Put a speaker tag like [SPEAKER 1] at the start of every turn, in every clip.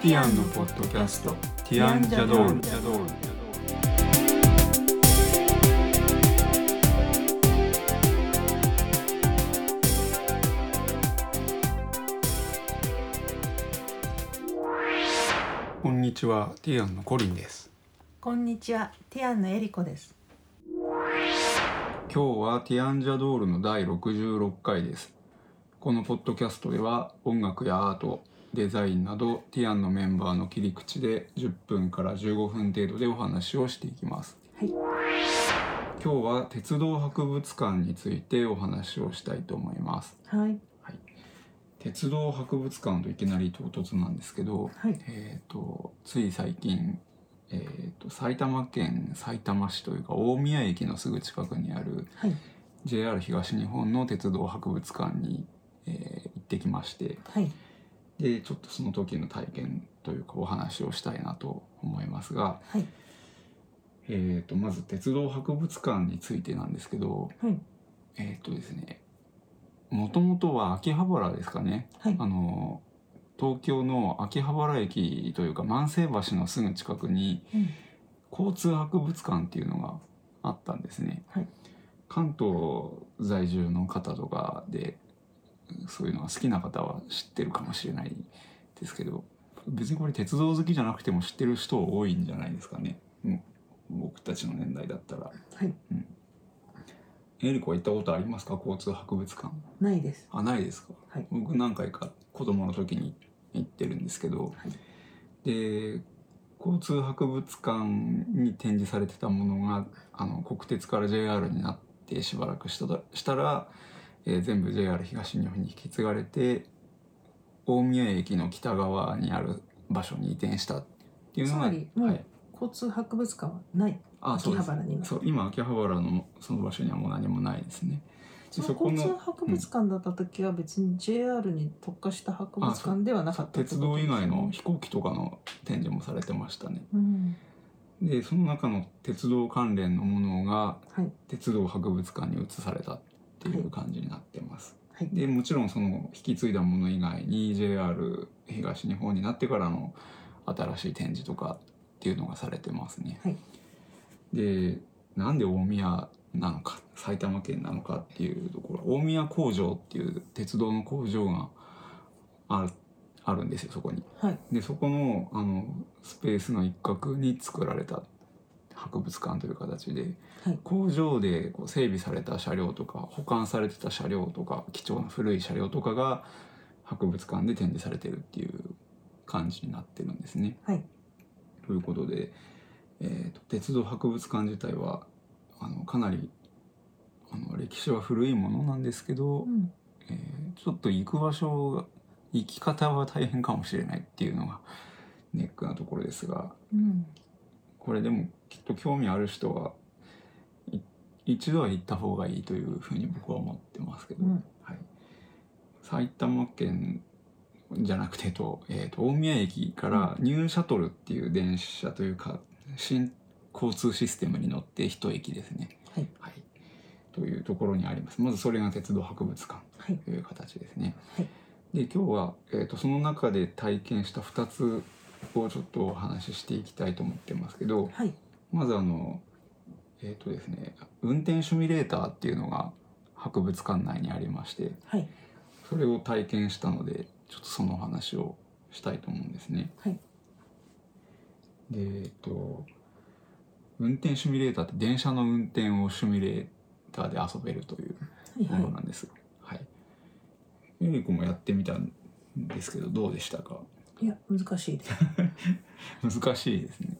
[SPEAKER 1] ッドキャスト「ティアンジャドール」こんにちはティアンのコリンです
[SPEAKER 2] こんにちは、ティアンのエリコです。
[SPEAKER 1] 今日はティアンジャドールの第66回ですこのポッドキャストでは音楽やアートデザインなどティアンのメンバーの切り口で10分から15分程度でお話をしていきます
[SPEAKER 2] はい、
[SPEAKER 1] 今日は鉄道博物館についてお話をしたいと思います
[SPEAKER 2] はい、
[SPEAKER 1] 鉄道博物館といきなり唐突なんですけど、
[SPEAKER 2] はい
[SPEAKER 1] えー、とつい最近、えー、と埼玉県さいたま市というか大宮駅のすぐ近くにある
[SPEAKER 2] はい、
[SPEAKER 1] JR 東日本の鉄道博物館に、えー行ってきまして
[SPEAKER 2] はい、
[SPEAKER 1] でちょっとその時の体験というかお話をしたいなと思いますが、
[SPEAKER 2] はい、
[SPEAKER 1] えー、とまず鉄道博物館についてなんですけど
[SPEAKER 2] はい、
[SPEAKER 1] えー、っとですねもともとは秋葉原ですかね
[SPEAKER 2] はい
[SPEAKER 1] あ、の東京の秋葉原駅というか万世橋のすぐ近くに
[SPEAKER 2] うん、
[SPEAKER 1] 交通博物館っていうのがあったんですね、
[SPEAKER 2] はい
[SPEAKER 1] 関東在住の方とかでそういうのが好きな方は知ってるかもしれないですけど別にこれ鉄道好きじゃなくても知ってる人多いんじゃないですかねもう僕たちの年代だったら
[SPEAKER 2] はい、
[SPEAKER 1] エリコは行ったことありますか交通博物館
[SPEAKER 2] ないです。
[SPEAKER 1] あないですか、
[SPEAKER 2] はい
[SPEAKER 1] 僕何回か子供の時に行ってるんですけど、
[SPEAKER 2] はい
[SPEAKER 1] で交通博物館に展示されてたものがあの国鉄から JR になってしばらくしただしたら、えー全部 JR 東日本に引き継がれて大宮駅の北側にある場所に移転したっていうのが
[SPEAKER 2] つまりもう
[SPEAKER 1] はい、
[SPEAKER 2] 交通博物館はない。
[SPEAKER 1] あそうで
[SPEAKER 2] 秋葉
[SPEAKER 1] す
[SPEAKER 2] 原には。
[SPEAKER 1] そう今秋葉原のその場所にはもう何もないですね。
[SPEAKER 2] そ
[SPEAKER 1] そ
[SPEAKER 2] の
[SPEAKER 1] この
[SPEAKER 2] 交通博物館だった時は別に JR に特化した博物館ではなかったって
[SPEAKER 1] 鉄道
[SPEAKER 2] ことで
[SPEAKER 1] 以
[SPEAKER 2] すね
[SPEAKER 1] 外の飛行機とかの展示もされてましたね
[SPEAKER 2] うん、
[SPEAKER 1] でその中の鉄道関連のものが
[SPEAKER 2] はい、
[SPEAKER 1] 鉄道博物館に移されたっていう感じになってます、
[SPEAKER 2] はい、
[SPEAKER 1] でもちろんその引き継いだもの以外に JR 東日本になってからの新しい展示とかっていうのがされてますね、
[SPEAKER 2] はい
[SPEAKER 1] でなんで大宮なのか埼玉県なのかっていうところ大宮工場っていう鉄道の工場がああるんですよそこに
[SPEAKER 2] はい、
[SPEAKER 1] でそこのあのスペースの一角に作られた博物館という形で
[SPEAKER 2] はい、
[SPEAKER 1] 工場でこう整備された車両とか保管されてた車両とか貴重な古い車両とかが博物館で展示されてるっていう感じになってるんですね。
[SPEAKER 2] はい、
[SPEAKER 1] ということで、えーと鉄道博物館自体はあのかなりあの歴史は古いものなんですけど、
[SPEAKER 2] うん、
[SPEAKER 1] えーちょっと行く場所が行き方は大変かもしれないっていうのがネックなところですが
[SPEAKER 2] うん、
[SPEAKER 1] これでもきっと興味ある人はい一度は行った方がいいというふうに僕は思ってますけど、
[SPEAKER 2] うん
[SPEAKER 1] はい、埼玉県じゃなくてと,、えーと大宮駅からニューシャトルっていう電車というか新交通システムに乗って一駅ですね。
[SPEAKER 2] はい、
[SPEAKER 1] はい、というところにあります。まずそれが鉄道博物館
[SPEAKER 2] はい、
[SPEAKER 1] という形ですね。
[SPEAKER 2] はい
[SPEAKER 1] で今日は、えー、とその中で体験した2つをちょっとお話ししていきたいと思ってますけど
[SPEAKER 2] はい、
[SPEAKER 1] まずあのえっ、とですね運転シミュレーターっていうのが博物館内にありまして
[SPEAKER 2] はい、
[SPEAKER 1] それを体験したのでちょっとそのお話をしたいと思うんですね。
[SPEAKER 2] はい
[SPEAKER 1] でえっ、と運転シミュレーターって電車の運転をシミュレーターで遊べるという
[SPEAKER 2] は
[SPEAKER 1] も
[SPEAKER 2] い、
[SPEAKER 1] の
[SPEAKER 2] は
[SPEAKER 1] なんです。はい。エリコもやってみたんですけどどうでしたか。
[SPEAKER 2] い。いや、難しいです。
[SPEAKER 1] 難しいですね。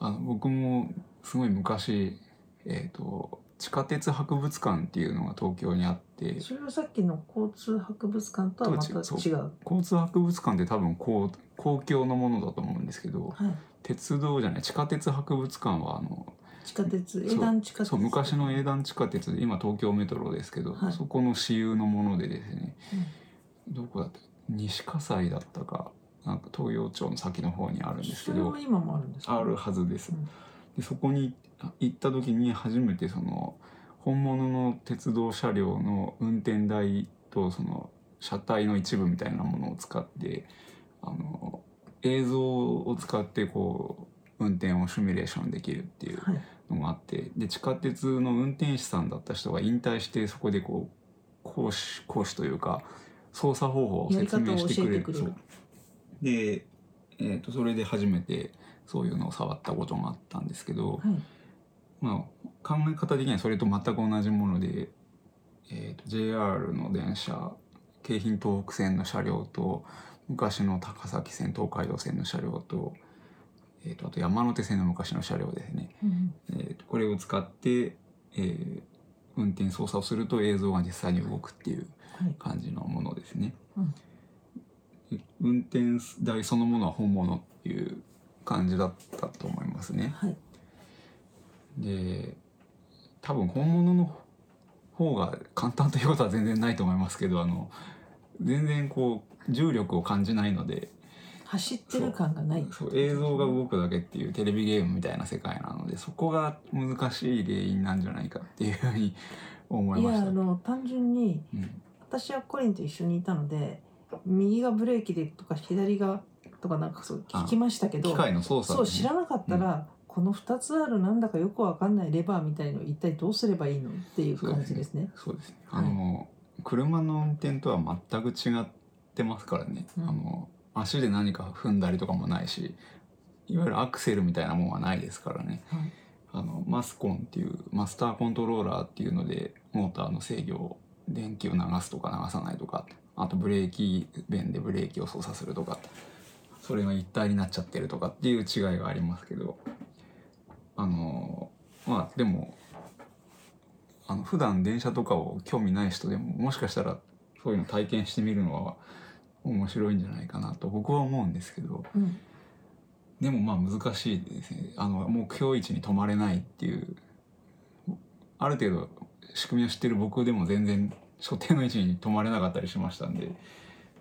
[SPEAKER 1] あの僕もすごい昔えっ、と地下鉄博物館っていうのが東京にあって
[SPEAKER 2] それはさっきの交通博物館とはまた
[SPEAKER 1] とは違う
[SPEAKER 2] 違う。
[SPEAKER 1] 交通博物館って多分こう公共のものだと思うんですけど
[SPEAKER 2] はい。
[SPEAKER 1] 鉄道じゃない地下鉄博物館はあの
[SPEAKER 2] 地下鉄、
[SPEAKER 1] そう
[SPEAKER 2] 営団地下鉄。
[SPEAKER 1] そう昔の営団地下鉄で今東京メトロですけど、
[SPEAKER 2] はい
[SPEAKER 1] そこの私有のものでですねどこだった西葛西だったかなんか東洋町の先の方にあるんですけ
[SPEAKER 2] それ
[SPEAKER 1] ど
[SPEAKER 2] は今もあるんですか
[SPEAKER 1] あるはずです、
[SPEAKER 2] うん
[SPEAKER 1] でそこにあ行った時に初めてその本物の鉄道車両の運転台とその車体の一部みたいなものを使ってあの映像を使ってこう運転をシミュレーションできるっていう
[SPEAKER 2] はい
[SPEAKER 1] のもあってで地下鉄の運転手さんだった人が引退してそこでこう講師講師というか操作方法を説明してくれ
[SPEAKER 2] やり
[SPEAKER 1] る
[SPEAKER 2] 方を教えてくれる
[SPEAKER 1] そうで、えー、とそれで初めてそういうのを触ったことがあったんですけど、
[SPEAKER 2] はい
[SPEAKER 1] まあ、考え方的にはそれと全く同じもので、えー、と JR の電車京浜東北線の車両と昔の高崎線東海道線の車両と,、えー、とあと山手線の昔の車両ですね、
[SPEAKER 2] うん
[SPEAKER 1] えー、とこれを使って、えー運転操作をすると映像が実際に動くっていう
[SPEAKER 2] はい
[SPEAKER 1] 感じのものですね。
[SPEAKER 2] うん
[SPEAKER 1] で運転台そのものは本物っていう感じだったと思いますね。
[SPEAKER 2] はい
[SPEAKER 1] で多分本物の方が簡単ということは全然ないと思いますけどあの全然こう重力を感じないので
[SPEAKER 2] 走ってる感がない
[SPEAKER 1] そう映像が動くだけっていうテレビゲームみたいな世界なのでそこが難しい原因なんじゃないかっていうふうに思い
[SPEAKER 2] い
[SPEAKER 1] ま
[SPEAKER 2] や
[SPEAKER 1] し
[SPEAKER 2] あ
[SPEAKER 1] た。
[SPEAKER 2] の単純に
[SPEAKER 1] うん
[SPEAKER 2] 私はコリンと一緒にいたので右がブレーキでとか左がとかなんかそう聞きましたけど
[SPEAKER 1] 機械の操作
[SPEAKER 2] そう知らなかったら、この2つあるなんだかよくわかんないレバーみたいの一体どうすればいいのっていう感じですね。
[SPEAKER 1] そうですね。
[SPEAKER 2] は
[SPEAKER 1] あ
[SPEAKER 2] い
[SPEAKER 1] の、車の運転とは全く違ってますからね。
[SPEAKER 2] うん
[SPEAKER 1] あの足で何か踏んだりとかもないし、いわゆるアクセルみたいなもんはないですからね。
[SPEAKER 2] はい
[SPEAKER 1] あのマスコンっていうマスターコントローラーっていうのでモーターの制御を電気を流すとか流さないとかあとブレーキ弁でブレーキを操作するとかそれが一体になっちゃってるとかっていう違いがありますけどあのまあでもあの普段電車とかを興味ない人でももしかしたらそういうの体験してみるのは面白いんじゃないかなと僕は思うんですけど。
[SPEAKER 2] うん
[SPEAKER 1] でもまあ難しいですねあの目標位置に止まれないっていうある程度仕組みを知ってる僕でも全然所定の位置に止まれなかったりしましたんで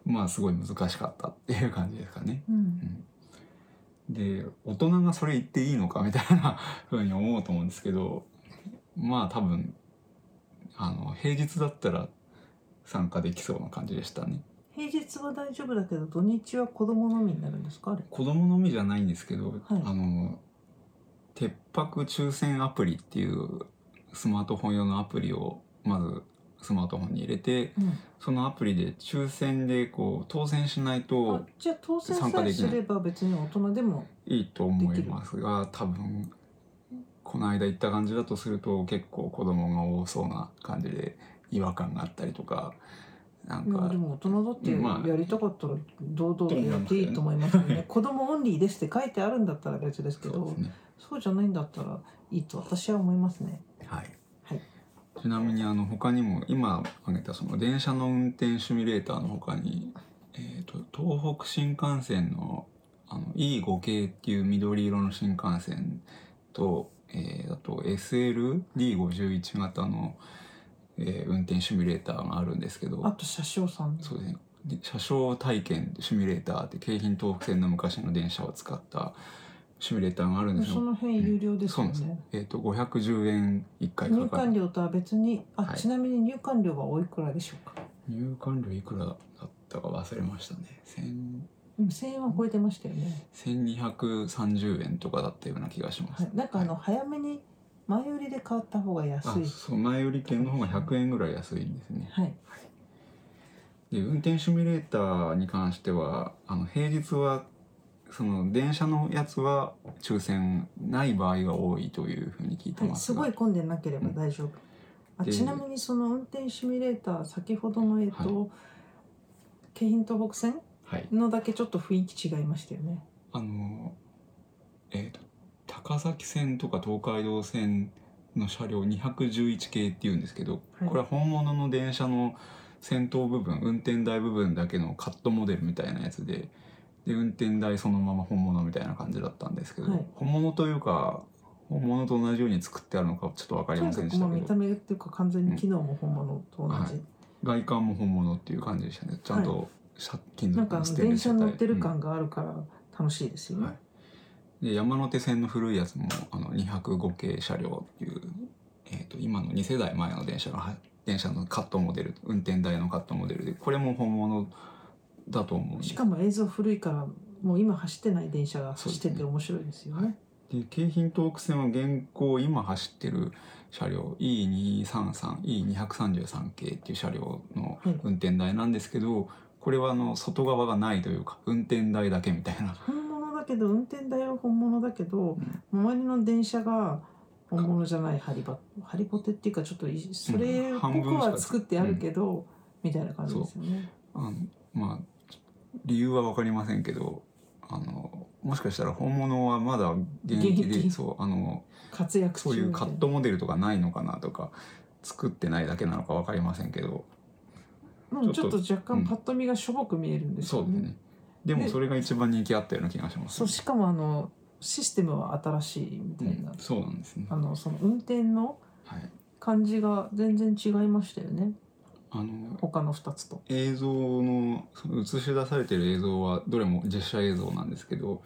[SPEAKER 1] まあすごい難しかったっていう感じですかね。
[SPEAKER 2] うん
[SPEAKER 1] で大人がそれ言っていいのかみたいな ふうに思うと思うんですけどまあ多分あの平日だったら参加できそうな感じでしたね。
[SPEAKER 2] 平日は大丈夫だけど土日は子供のみになるんですかあれ
[SPEAKER 1] 子供のみじゃないんですけど、
[SPEAKER 2] はい
[SPEAKER 1] あの鉄泊抽選アプリっていうスマートフォン用のアプリをまずスマートフォンに入れて
[SPEAKER 2] うん
[SPEAKER 1] そのアプリで抽選でこう当選しない
[SPEAKER 2] あ
[SPEAKER 1] と
[SPEAKER 2] じゃあ当選
[SPEAKER 1] 参加
[SPEAKER 2] さえ
[SPEAKER 1] でき
[SPEAKER 2] す
[SPEAKER 1] ない
[SPEAKER 2] れば別に大人でも
[SPEAKER 1] いいと思いますが多分この間行った感じだとすると結構子供が多そうな感じで違和感があったりとかなん
[SPEAKER 2] いや
[SPEAKER 1] か
[SPEAKER 2] でも大人だって
[SPEAKER 1] まあ
[SPEAKER 2] やりたかったら堂々とやっていいと思いますよね子供オンリーですって書いてあるんだったら別ですけ
[SPEAKER 1] そうで
[SPEAKER 2] ど
[SPEAKER 1] すね。
[SPEAKER 2] そうじゃないんだったらいいと私は思いますね。
[SPEAKER 1] はい。
[SPEAKER 2] はい
[SPEAKER 1] ちなみにあの他にも今挙げたその電車の運転シミュレーターの他に、えー、と東北新幹線のあの E5 系っていう緑色の新幹線と、えーあと SLD51 型の、えー運転シミュレーターがあるんですけど
[SPEAKER 2] あと車掌さん
[SPEAKER 1] そうですね。で車掌体験シミュレーターって京浜東北線の昔の電車を使ったシミュレーターがあるんですよ
[SPEAKER 2] その辺有料です
[SPEAKER 1] そう
[SPEAKER 2] よ
[SPEAKER 1] なんです
[SPEAKER 2] ね。
[SPEAKER 1] えっ、と510円一回
[SPEAKER 2] 入
[SPEAKER 1] かか
[SPEAKER 2] 館
[SPEAKER 1] る。
[SPEAKER 2] 料とは別にあ、
[SPEAKER 1] はい
[SPEAKER 2] ちなみに入館料はおいくらでしょうか。
[SPEAKER 1] 入館料いくらだったか忘れましたね。千
[SPEAKER 2] うん1000円は超えてましたよね。
[SPEAKER 1] 千二百三十円とかだったような気がしま
[SPEAKER 2] は
[SPEAKER 1] す。
[SPEAKER 2] い、なんかあの、早めに前売りで買った方が
[SPEAKER 1] は
[SPEAKER 2] 安
[SPEAKER 1] い、あ
[SPEAKER 2] い。
[SPEAKER 1] そう前売り券の方が百円ぐらい安いんですね。
[SPEAKER 2] はい。
[SPEAKER 1] で運転シミュレーターに関してはあの平日はその電車のやつは抽選ない場合が多いというふうに聞いて
[SPEAKER 2] はい、
[SPEAKER 1] ますすが、
[SPEAKER 2] ごい混んでなければ大丈夫。あ
[SPEAKER 1] で
[SPEAKER 2] ちなみにその運転シミュレーター先ほどのえっと、京浜東北線
[SPEAKER 1] はい、
[SPEAKER 2] のだけちょっと雰囲気違いましたよね。
[SPEAKER 1] あのえー、と高崎線とか東海道線の車両211系っていうんですけど、
[SPEAKER 2] はい
[SPEAKER 1] これは本物の電車の先頭部分運転台部分だけのカットモデルみたいなやつでで運転台そのまま本物みたいな感じだったんですけど、
[SPEAKER 2] はい
[SPEAKER 1] 本物というか本物と同じように作ってあるのかちょっと分かり
[SPEAKER 2] と
[SPEAKER 1] ま
[SPEAKER 2] に
[SPEAKER 1] せ
[SPEAKER 2] か
[SPEAKER 1] んで
[SPEAKER 2] く
[SPEAKER 1] し
[SPEAKER 2] も
[SPEAKER 1] た
[SPEAKER 2] う
[SPEAKER 1] け
[SPEAKER 2] 見た
[SPEAKER 1] ど
[SPEAKER 2] 目っていうか完全に機能も本物と同じ。
[SPEAKER 1] はい外観も本物っていう感じでしたねちゃんと車金
[SPEAKER 2] なん
[SPEAKER 1] 属
[SPEAKER 2] かあ
[SPEAKER 1] の
[SPEAKER 2] の
[SPEAKER 1] ステンレ
[SPEAKER 2] 電
[SPEAKER 1] ス
[SPEAKER 2] 車
[SPEAKER 1] 車
[SPEAKER 2] に
[SPEAKER 1] 体
[SPEAKER 2] 乗ってる
[SPEAKER 1] うん
[SPEAKER 2] 感があるから楽しいですよね。
[SPEAKER 1] はいで山手線の古いやつもあの205系車両っていう、えー、と今の2世代前の電車のは電車のカットモデル運転台のカットモデルでこれも本物だと思うんです
[SPEAKER 2] しかも映像古いからもう今走ってない電車が
[SPEAKER 1] そう
[SPEAKER 2] 走
[SPEAKER 1] ですね
[SPEAKER 2] ってて面白いですよね。
[SPEAKER 1] で京浜東北線は現行今走ってる車両 E233E233 系っていう車両の
[SPEAKER 2] はい
[SPEAKER 1] 運転台なんですけど、これはあの外側がないというか運転台だけみたいな
[SPEAKER 2] 本物だけど運転台は本物だけど、周りの電車が本物じゃないハリバハリボテっていうかちょっといそれっぽ
[SPEAKER 1] 半分
[SPEAKER 2] く
[SPEAKER 1] しか
[SPEAKER 2] は作ってあるけど、みたいな感じですよね。
[SPEAKER 1] あのまあ理由は分かりませんけどあのもしかしたら本物はまだ現役
[SPEAKER 2] 現
[SPEAKER 1] で
[SPEAKER 2] 役
[SPEAKER 1] そうあの
[SPEAKER 2] 活躍中
[SPEAKER 1] そういう
[SPEAKER 2] みた
[SPEAKER 1] カ
[SPEAKER 2] い
[SPEAKER 1] ッ
[SPEAKER 2] な
[SPEAKER 1] トモデルとかないのかなとか作ってないだけなのか分かりませんけど
[SPEAKER 2] もうちょっ
[SPEAKER 1] ち
[SPEAKER 2] と
[SPEAKER 1] ょ
[SPEAKER 2] 若
[SPEAKER 1] うん
[SPEAKER 2] 干パッと見がしょぼく見えるんです
[SPEAKER 1] そ
[SPEAKER 2] よ
[SPEAKER 1] うですねでもそれが一番人気あったような気がします
[SPEAKER 2] そうしかもあのシステムは新しいみたいな、
[SPEAKER 1] うんそうなんですね
[SPEAKER 2] あのその運転の
[SPEAKER 1] はい
[SPEAKER 2] 感じが全然違いましたよね
[SPEAKER 1] あの
[SPEAKER 2] 他の2つと。
[SPEAKER 1] 映像のその映し出されてる映像はどれも実写映像なんですけど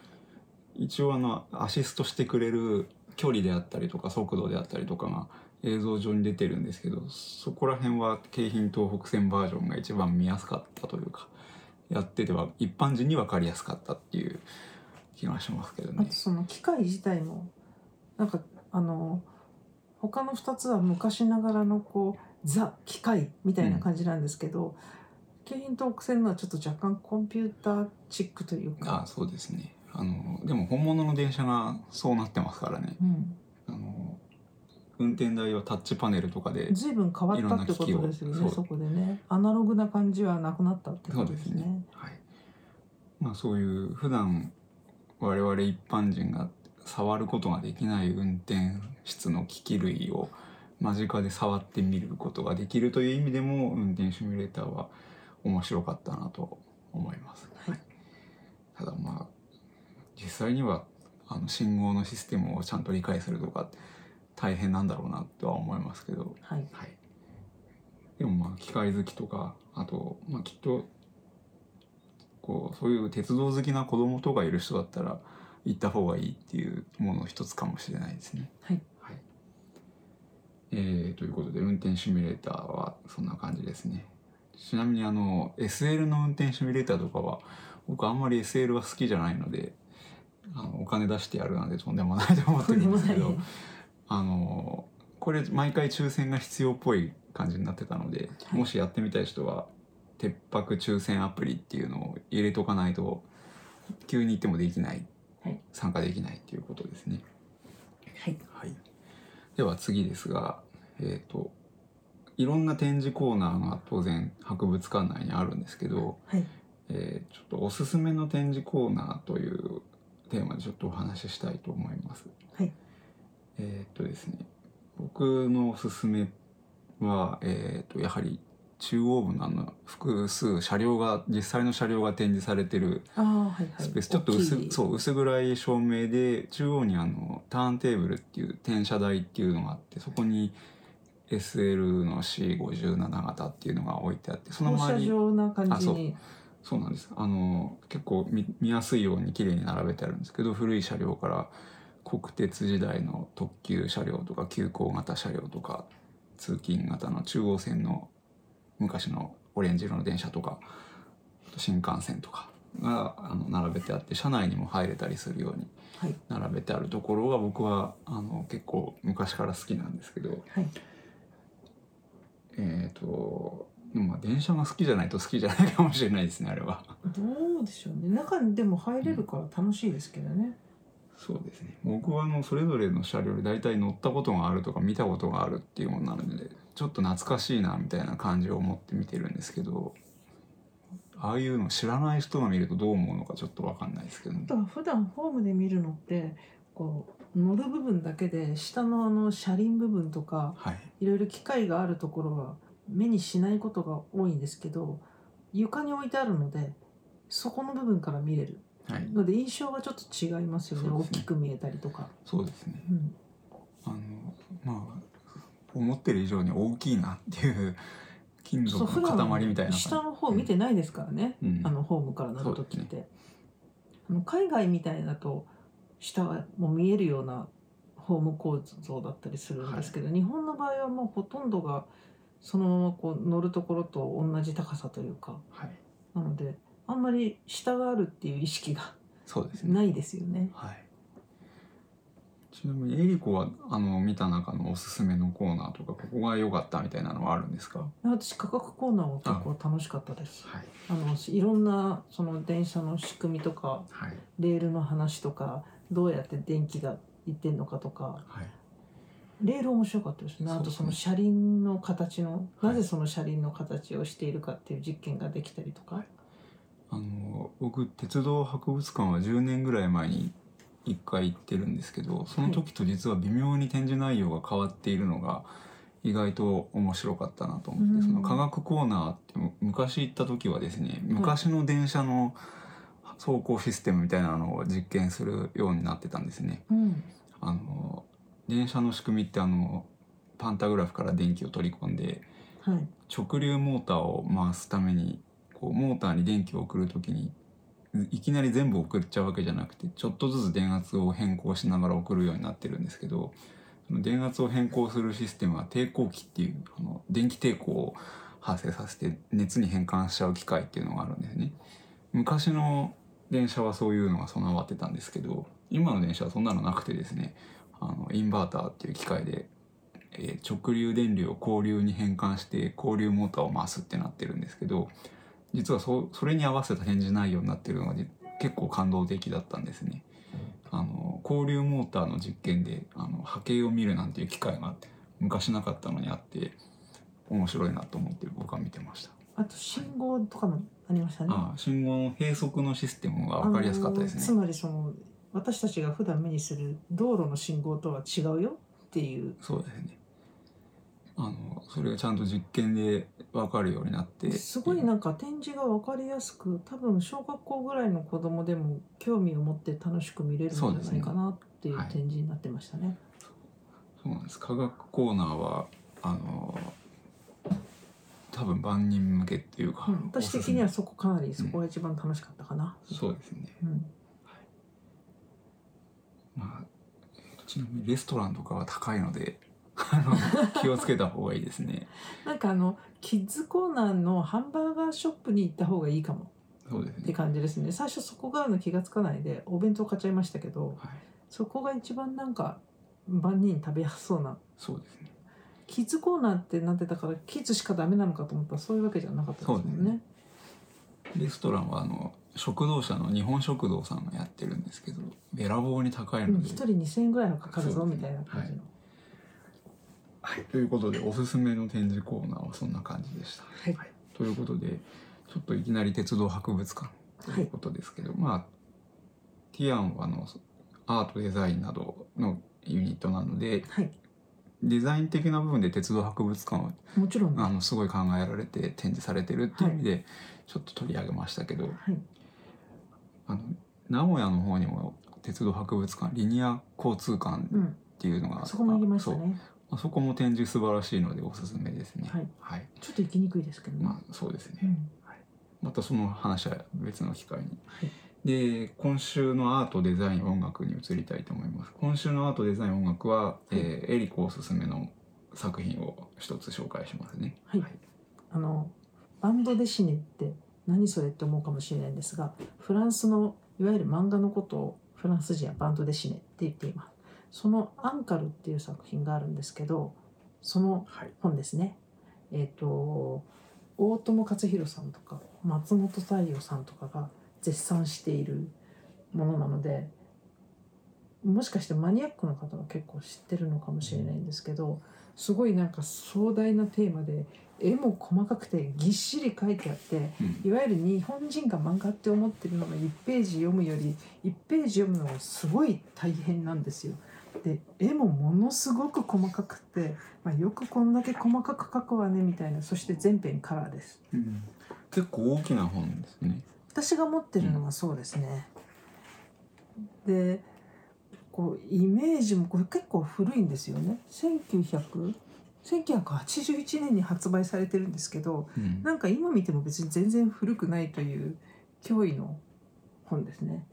[SPEAKER 1] 一応あのアシストしてくれる距離であったりとか速度であったりとかが映像上に出てるんですけどそこら辺は京浜東北線バージョンが一番見やすかったというかやってては一般人に分かりやすかったっていう気がしますけど
[SPEAKER 2] あ
[SPEAKER 1] ね
[SPEAKER 2] と。その機械自体もなんかあの他の2つは昔ながらのこうザ機械みたいな感じなんですけど、京浜東北線のはちょっと若干コンピューターチックという
[SPEAKER 1] あ
[SPEAKER 2] か、
[SPEAKER 1] そうですねあのでも本物の電車がそうなってますからね
[SPEAKER 2] うん、
[SPEAKER 1] あの運転台はタッチパネルとかで
[SPEAKER 2] 随分変わったってことですよ
[SPEAKER 1] いろんな機器を
[SPEAKER 2] ね
[SPEAKER 1] そう
[SPEAKER 2] そこでねアナログな感じはなくなったってことです
[SPEAKER 1] そうです
[SPEAKER 2] ね。
[SPEAKER 1] はいまあ、そういう普段我々一般人が触ることができない運転室の機器類を間近で触ってみることができるという意味でも運転シミュレーターは面白かったなと思います。
[SPEAKER 2] はい
[SPEAKER 1] ただまあ実際にはあの信号のシステムをちゃんと理解するとか大変なんだろうなとは思いますけど。
[SPEAKER 2] はい、
[SPEAKER 1] はい、でもまあ機械好きとかあと、まあ、きっとこうそういう鉄道好きな子供とかいる人だったら行った方がいいっていうもの一つかもしれないですね。
[SPEAKER 2] はい、
[SPEAKER 1] はいえーということで運転シミュレーターはそんな感じですね。ちなみにあの SL の運転シミュレーターとかは僕あんまり SL は好きじゃないのであのお金出してやるなんてとんでもないと思って
[SPEAKER 2] とん
[SPEAKER 1] る
[SPEAKER 2] で
[SPEAKER 1] ん
[SPEAKER 2] も
[SPEAKER 1] です
[SPEAKER 2] な
[SPEAKER 1] け
[SPEAKER 2] い
[SPEAKER 1] ど。あのこれ毎回抽選が必要っぽい感じになってたので、
[SPEAKER 2] はい
[SPEAKER 1] もしやってみたい人は鉄泊抽選アプリっていうのを入れとかないと急に行ってもできない、
[SPEAKER 2] はい
[SPEAKER 1] 参加できないっていうことですね。
[SPEAKER 2] はい
[SPEAKER 1] はい、では次ですが、えー、といろんな展示コーナーが当然博物館内にあるんですけど、
[SPEAKER 2] はい
[SPEAKER 1] えーちょっとおすすめの展示コーナーというテーマでちょっとお話ししたいと思います。
[SPEAKER 2] はい
[SPEAKER 1] えーっとですね僕のおすすめは、えーっとやはり中央部のあの複数車両が実際の車両が展示されてる
[SPEAKER 2] あーはいはい
[SPEAKER 1] スペース、ちょっと薄
[SPEAKER 2] 大きい
[SPEAKER 1] そう薄暗い照明で中央にあのターンテーブルっていう転車台っていうのがあってそこに SL の C57 型っていうのが置いてあってその
[SPEAKER 2] 放
[SPEAKER 1] 周
[SPEAKER 2] 射
[SPEAKER 1] り
[SPEAKER 2] 状な感じに
[SPEAKER 1] そうなんです。あの結構見見やすいように綺麗に並べてあるんですけど古い車両から国鉄時代の特急車両とか急行型車両とか通勤型の中央線の昔のオレンジ色の電車とかあと新幹線とかがあの並べてあって車内にも入れたりするように
[SPEAKER 2] はい
[SPEAKER 1] 並べてあるところが僕はあの結構昔から好きなんですけど。
[SPEAKER 2] はい
[SPEAKER 1] えー、とまあ電車が好きじゃないと好きじゃないかもしれないですねあれは。
[SPEAKER 2] どうでしょうね中にでも入れるから楽しいですけどね、
[SPEAKER 1] そうですね僕はあのそれぞれの車両で大体乗ったことがあるとか見たことがあるっていうものなのでちょっと懐かしいなみたいな感じを持って見てるんですけどああいうの知らない人が見るとどう思うのかちょっと分かんないですけど、ね
[SPEAKER 2] あ、とは普段ホームで見るのってこう乗る部分だけで下のあの車輪部分とか
[SPEAKER 1] はい
[SPEAKER 2] いろいろ機械があるところは目にしないことが多いんですけど床に置いてあるのでそこの部分から見れる
[SPEAKER 1] はい
[SPEAKER 2] ので印象がちょっと違いますよね
[SPEAKER 1] そうで
[SPEAKER 2] 大
[SPEAKER 1] すね
[SPEAKER 2] きく見えたりとか、
[SPEAKER 1] そうですね
[SPEAKER 2] うん、
[SPEAKER 1] あのまあ思ってる以上に大きいなっていう金属
[SPEAKER 2] そう普
[SPEAKER 1] の
[SPEAKER 2] 段
[SPEAKER 1] 塊みたいな感じ
[SPEAKER 2] 下の方見てないですからね、
[SPEAKER 1] うん
[SPEAKER 2] あのホームから乗る時っ
[SPEAKER 1] そう
[SPEAKER 2] て、あの海外みたいだと下がもう見えるようなホーム構造だったりするんですけど、日本の場合はもうほとんどがそのままこう乗るところと同じ高さというか
[SPEAKER 1] はい
[SPEAKER 2] なのであんまり下があるっていう意識が
[SPEAKER 1] そうですね
[SPEAKER 2] ないですよね。
[SPEAKER 1] はいちなみにエリコはあの見た中のおすすめのコーナーとかここが良かったみたいなのはあるんですか
[SPEAKER 2] 私価格コーナーは結構楽しかったです。
[SPEAKER 1] はい
[SPEAKER 2] あのいろんなその電車の仕組みとか
[SPEAKER 1] はい
[SPEAKER 2] レールの話とかどうやって電気がいってんのかとか
[SPEAKER 1] はい
[SPEAKER 2] レール面白かったです
[SPEAKER 1] そうで
[SPEAKER 2] ね
[SPEAKER 1] すね
[SPEAKER 2] あとその車輪の形の、
[SPEAKER 1] はい
[SPEAKER 2] なぜその車輪の形をしているかっていう実験ができたりとか、
[SPEAKER 1] あの僕鉄道博物館は10年ぐらい前に1回行ってるんですけどその時と実は微妙に展示内容が変わっているのが意外と面白かったなと思って、
[SPEAKER 2] うん
[SPEAKER 1] その科学コーナーってむ昔行った時はですね昔の電車の走行システムみたいなのを実験するようになってたんですね。
[SPEAKER 2] うん
[SPEAKER 1] あの電車の仕組みってあのパンタグラフから電気を取り込んで
[SPEAKER 2] はい
[SPEAKER 1] 直流モーターを回すためにこうモーターに電気を送るときにいきなり全部送っちゃうわけじゃなくてちょっとずつ電圧を変更しながら送るようになってるんですけどその電圧を変更するシステムは抵抗器っていうあの電気抵抗を発生させて熱に変換しちゃう機械っていうのがあるんですね。昔の電車はそういうのが備わってたんですけど今の電車はそんなのなくてですねあのインバーターっていう機械でえー直流電流を交流に変換して交流モーターを回すってなってるんですけど実はそそれに合わせた返事内容になってるのがじ結構感動的だったんですね。あの交流モーターの実験であの波形を見るなんていう機会が昔なかったのにあって面白いなと思って僕は見てました。
[SPEAKER 2] あと信号とかもありましたね。
[SPEAKER 1] ああ信号の閉塞のシステムが分かりやすかったですね。
[SPEAKER 2] あのつまりその私たちが普段目にする道路の信号とは違うよっていう
[SPEAKER 1] そうですね。あのそれがちゃんと実験で分かるようになって
[SPEAKER 2] すごいなんか展示が分かりやすく多分小学校ぐらいの子供でも興味を持って楽しく見れるんじゃないかなっていう
[SPEAKER 1] そうですねはい
[SPEAKER 2] 展示になってましたね。
[SPEAKER 1] そうなんです科学コーナーはあの多分万人向けっていうか、
[SPEAKER 2] うん私
[SPEAKER 1] おす
[SPEAKER 2] 的
[SPEAKER 1] すめ
[SPEAKER 2] にはそこかなりそこが一番楽しかったかな。
[SPEAKER 1] そうですね、
[SPEAKER 2] うん
[SPEAKER 1] まあえーとちなみにレストランとかは高いので あの気をつけた方がいいですね
[SPEAKER 2] なんかあのキッズコーナーのハンバーガーショップに行った方がいいかも
[SPEAKER 1] そうです
[SPEAKER 2] って
[SPEAKER 1] ね、
[SPEAKER 2] 感じですね最初そこがあるの気がつかないでお弁当買っちゃいましたけど
[SPEAKER 1] はい、
[SPEAKER 2] そこが一番なんか万人食べやすそうな
[SPEAKER 1] そうですね
[SPEAKER 2] キッズコーナーってなってたからキッズしかダメなのかと思ったらそういうわけじゃなかったですも
[SPEAKER 1] そ
[SPEAKER 2] ん
[SPEAKER 1] うです
[SPEAKER 2] ね
[SPEAKER 1] ねレストランはあの食堂車の日本食堂さんがやってるんですけどべらぼうに高い
[SPEAKER 2] うん
[SPEAKER 1] ので、
[SPEAKER 2] 一人2000円ぐらいはかかる
[SPEAKER 1] そ
[SPEAKER 2] ぞ
[SPEAKER 1] うです
[SPEAKER 2] みた
[SPEAKER 1] ね
[SPEAKER 2] いな感じの
[SPEAKER 1] はい、ということでおすすめの展示コーナーはそんな感じでした。
[SPEAKER 2] はい
[SPEAKER 1] ということでちょっといきなり鉄道博物館と
[SPEAKER 2] はい
[SPEAKER 1] いうことですけど、まあティアンはあのアートデザインなどのユニットなので
[SPEAKER 2] はい
[SPEAKER 1] デザイン的な部分で鉄道博物館は
[SPEAKER 2] もちろんね
[SPEAKER 1] あのすごい考えられて展示されてるっていう意味でちょっと取り上げましたけど、
[SPEAKER 2] はい
[SPEAKER 1] あの名古屋の方にも鉄道博物館リニア交通館
[SPEAKER 2] う
[SPEAKER 1] っ
[SPEAKER 2] ん
[SPEAKER 1] ていうのが、
[SPEAKER 2] そこも行きました
[SPEAKER 1] そう
[SPEAKER 2] ね
[SPEAKER 1] あそこも展示素晴らしいのでおすすめですね。
[SPEAKER 2] はい
[SPEAKER 1] はい、
[SPEAKER 2] ちょっと行きにくいですけどね
[SPEAKER 1] まあそうですね。
[SPEAKER 2] うん
[SPEAKER 1] またその話は別の機会に。
[SPEAKER 2] はい
[SPEAKER 1] で今週のアートデザイン音楽に移りたいと思います。今週のアートデザイン音楽は、えーエリコおすすめの作品を一つ紹介しますね。
[SPEAKER 2] はいあのバンドデシネって何それって思うかもしれないんですがフランスのいわゆる漫画のことをフランス人はバンドデシネって言っていますその「アンカル」っていう作品があるんですけどその
[SPEAKER 1] はい
[SPEAKER 2] 本ですねえっ、と大友克洋さんとか松本太陽さんとかが絶賛しているものなのでもしかしてマニアックの方は結構知ってるのかもしれないんですけどすごいなんか壮大なテーマで絵も細かくてぎっしり描いてあって
[SPEAKER 1] うん
[SPEAKER 2] いわゆる日本人が漫画って思ってるのが1ページ読むより1ページ読むのがすごい大変なんですよ。で絵もものすごく細かくて、まあ、よくこんだけ細かく描くわねみたいなそして全編カラーです。
[SPEAKER 1] うん結構大きな本ですね。
[SPEAKER 2] 私が持ってるのはそうですね。でこうイメージもこれ結構古いんですよね。1900 1981年に発売されてるんですけど
[SPEAKER 1] うん
[SPEAKER 2] なんか今見ても別に全然古くないという脅威の本ですね。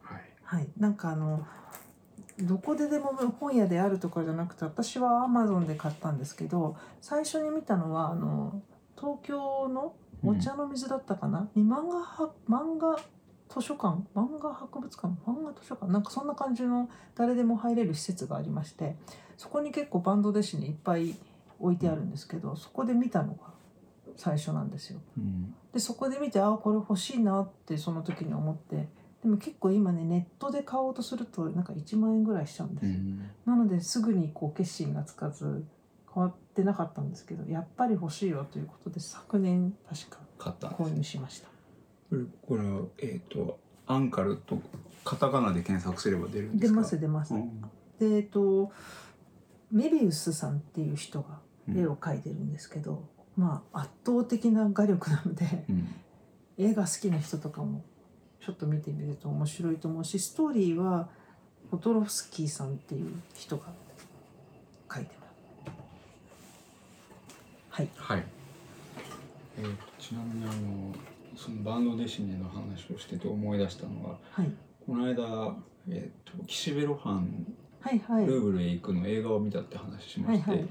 [SPEAKER 1] はい
[SPEAKER 2] はい、なんかあのどこででも本屋であるとかじゃなくて私はアマゾンで買ったんですけど最初に見たのはあの東京のお茶の水だったかな、に漫画は漫画図書館漫画博物館漫画図書館なんかそんな感じの誰でも入れる施設がありましてそこに結構バンド弟子にいっぱい置いてあるんですけどそこで見たのが最初なんですよ。
[SPEAKER 1] うん
[SPEAKER 2] でそこで見てあこれ欲しいなってその時に思ってでも結構今ねネットで買おうとするとなんか1万円ぐらいしちゃうんです
[SPEAKER 1] う
[SPEAKER 2] よ。
[SPEAKER 1] ん
[SPEAKER 2] なのですぐにこう決心がつかず変わってなかったんですけどやっぱり欲しいよということで昨年確か
[SPEAKER 1] 買ったんです
[SPEAKER 2] 購入しました。
[SPEAKER 1] これこれはえっ、とアンカルとカタカナで検索すれば出るんで
[SPEAKER 2] 出
[SPEAKER 1] すか
[SPEAKER 2] ます出ます。
[SPEAKER 1] うん
[SPEAKER 2] でえっとメビウスさんっていう人が
[SPEAKER 1] うん
[SPEAKER 2] 絵を描いてるんですけど、まあ圧倒的な画力なので
[SPEAKER 1] うん
[SPEAKER 2] 絵が好きな人とかもちょっと見てみると面白いと思うしストーリーはホトロフスキーさんっていう人が描いてます。はい
[SPEAKER 1] はい、えーちなみにあのそのバンドデシネの話をしてて思い出したのが
[SPEAKER 2] はい
[SPEAKER 1] この間、えー、と岸辺露伴
[SPEAKER 2] はいはい。
[SPEAKER 1] ルーブルへ行くの映画を見たって話しま
[SPEAKER 2] はい
[SPEAKER 1] して、
[SPEAKER 2] はい。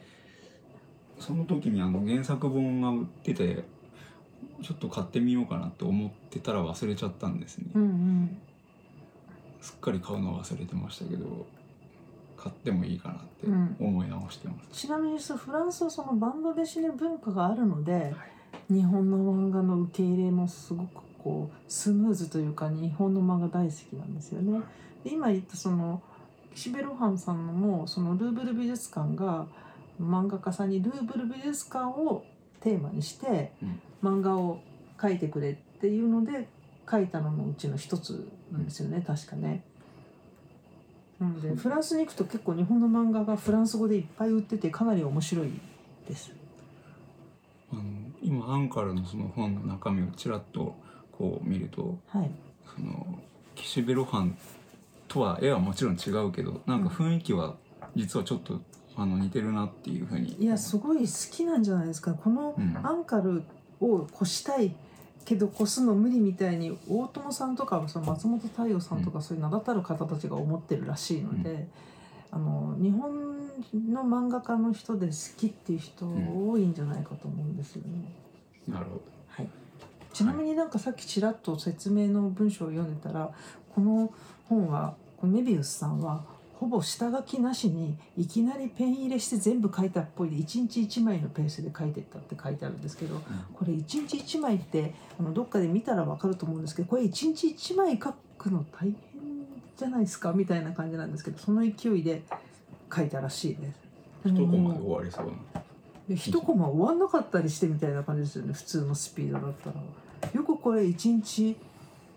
[SPEAKER 1] その時にあの原作本が売っててちょっと買ってみようかなって思ってたら忘れちゃったんですね、
[SPEAKER 2] うんうん。
[SPEAKER 1] すっかり買うの忘れてましたけど買ってもいいかなって
[SPEAKER 2] うん
[SPEAKER 1] 思い直してます、
[SPEAKER 2] ちなみにそうフランスはそのバンドデシネ文化があるので、日本の漫画の受け入れもすごくこうスムーズというか日本の漫画大好きなんですよね。で今言ったその岸辺露伴さんのもそのルーブル美術館が漫画家さんにルーブル美術館をテーマにして
[SPEAKER 1] うん
[SPEAKER 2] 漫画を描いてくれっていうので描いたののうちの一つなんですよね確かね。なのでフランスに行くと結構日本の漫画がフランス語でいっぱい売っててかなり面白いです。
[SPEAKER 1] あの今アンカルのその本の中身をちらっとこう見ると
[SPEAKER 2] はい、
[SPEAKER 1] その岸辺露伴とは絵はもちろん違うけどなんか雰囲気は実はちょっとあの似てるなっていうふうに
[SPEAKER 2] いやすごい好きなんじゃないですかこの
[SPEAKER 1] うん
[SPEAKER 2] アンカルを越したいけど越すの無理みたいに大友さんとかその松本太陽さんとかそういう名だたる方たちが思ってるらしいので、あの日本の漫画家の人で好きっていう人多いんじゃないかと思うんですよね。
[SPEAKER 1] なるほ
[SPEAKER 2] はい、ちなみになんかさっきちらっと説明の文章を読んでたらこの本はこのメビウスさんはほぼ下書きなしにいきなりペン入れして全部書いたっぽいで1日1枚のペースで書いてったって書いてあるんですけどこれ1日1枚ってあのどっかで見たらわかると思うんですけどこれ1日1枚書くの大変じゃないですかみたいな感じなんですけどその勢いで書いたらしいです。
[SPEAKER 1] ど一コマで終わりそうな
[SPEAKER 2] で一コマ終わんなかったりしてみたいな感じですよね普通のスピードだったらよくこれ1日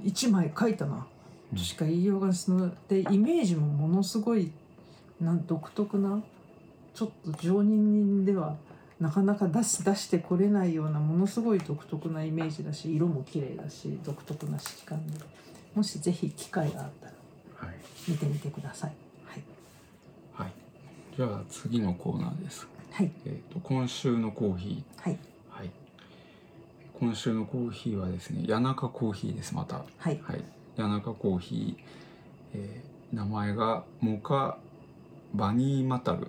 [SPEAKER 2] 1枚書いたな
[SPEAKER 1] うん
[SPEAKER 2] としか言いようがそのでイメージもものすごいなん独特なちょっと常人ではなかなか出し出してこれないようなものすごい独特なイメージだし色も綺麗だし独特な色感でもしぜひ機会があったら
[SPEAKER 1] はい、
[SPEAKER 2] 見てみてください。はい、
[SPEAKER 1] はい、じゃあ次のコーナーです、
[SPEAKER 2] はい、
[SPEAKER 1] えー、と今週のコーヒ
[SPEAKER 2] はい、
[SPEAKER 1] ー、はい、今週のコーヒーはですね谷中コーヒーですまた
[SPEAKER 2] はい、
[SPEAKER 1] はい、谷中コーヒー、えー名前がモカバニーマタルっ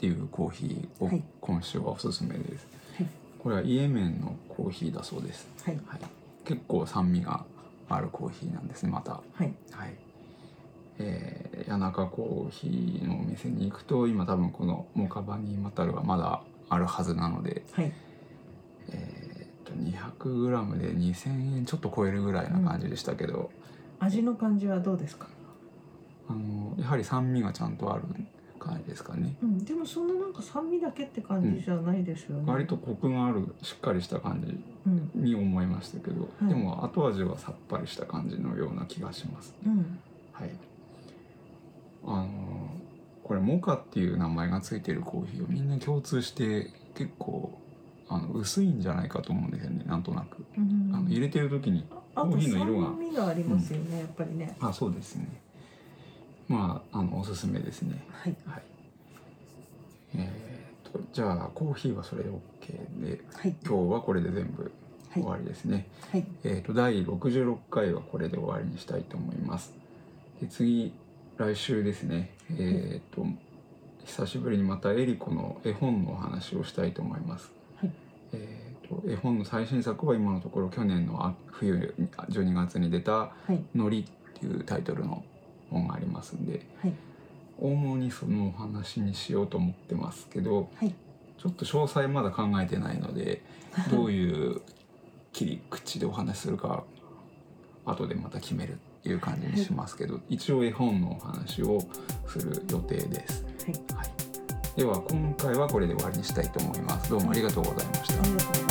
[SPEAKER 1] ていうコーヒーを
[SPEAKER 2] はい
[SPEAKER 1] 今週はおすすめです、
[SPEAKER 2] はい
[SPEAKER 1] これはイエメンのコーヒーだそうです、
[SPEAKER 2] はい、
[SPEAKER 1] はい、結構酸味があるコーヒーなんですねまた
[SPEAKER 2] はい、
[SPEAKER 1] はいえー、谷中コーヒーのお店に行くと今多分このモカバニーマタルはまだあるはずなので
[SPEAKER 2] はい、
[SPEAKER 1] えーっと 200g で2000円ちょっと超えるぐらいな感じでしたけど、
[SPEAKER 2] 味の感じはどうですか
[SPEAKER 1] あのやはり酸味がちゃんとある感じですかね
[SPEAKER 2] うん、でもそんななんか酸味だけって感じじゃないですよね。
[SPEAKER 1] 割とコクがあるしっかりした感じ
[SPEAKER 2] うん、
[SPEAKER 1] に思いましたけど、
[SPEAKER 2] はい
[SPEAKER 1] でも後味はさっぱりした感じのような気がします
[SPEAKER 2] うん、
[SPEAKER 1] はいあのこれモカっていう名前がついてるコーヒーをみんな共通して結構あの薄いんじゃないかと思うんですよねなんとなく、
[SPEAKER 2] うん、
[SPEAKER 1] あの入れてる時に
[SPEAKER 2] あ
[SPEAKER 1] コー
[SPEAKER 2] と
[SPEAKER 1] ヒーの色が
[SPEAKER 2] 酸味がありますよね、やっぱりね。
[SPEAKER 1] あそうですねまああのおすすめですね
[SPEAKER 2] はい、
[SPEAKER 1] はい。えー、とじゃあコーヒーはそれで OK で
[SPEAKER 2] はい、
[SPEAKER 1] 今日はこれで全部
[SPEAKER 2] は
[SPEAKER 1] 終
[SPEAKER 2] い、
[SPEAKER 1] わりですね。
[SPEAKER 2] はい、
[SPEAKER 1] えー、と第66回はこれで終わりにしたいと思います。で次来週ですね。えー、と久しぶりにまたエリコの絵本のお話をしたいと思います。
[SPEAKER 2] はい
[SPEAKER 1] えー絵本の最新作は今のところ去年のあ冬にあ12月に出た
[SPEAKER 2] はい
[SPEAKER 1] 「のり」っていうタイトルの本がありますんで
[SPEAKER 2] はい
[SPEAKER 1] 主にそのお話にしようと思ってますけど
[SPEAKER 2] はい
[SPEAKER 1] ちょっと詳細まだ考えてないの でどういう切り口でお話しするか後でまた決めるっていう感じにしますけど一応絵本のお話をする予定です。
[SPEAKER 2] はい
[SPEAKER 1] はい、では今回はこれで終わりにしたいと思います。どうもありがとうございました
[SPEAKER 2] ありがとうございます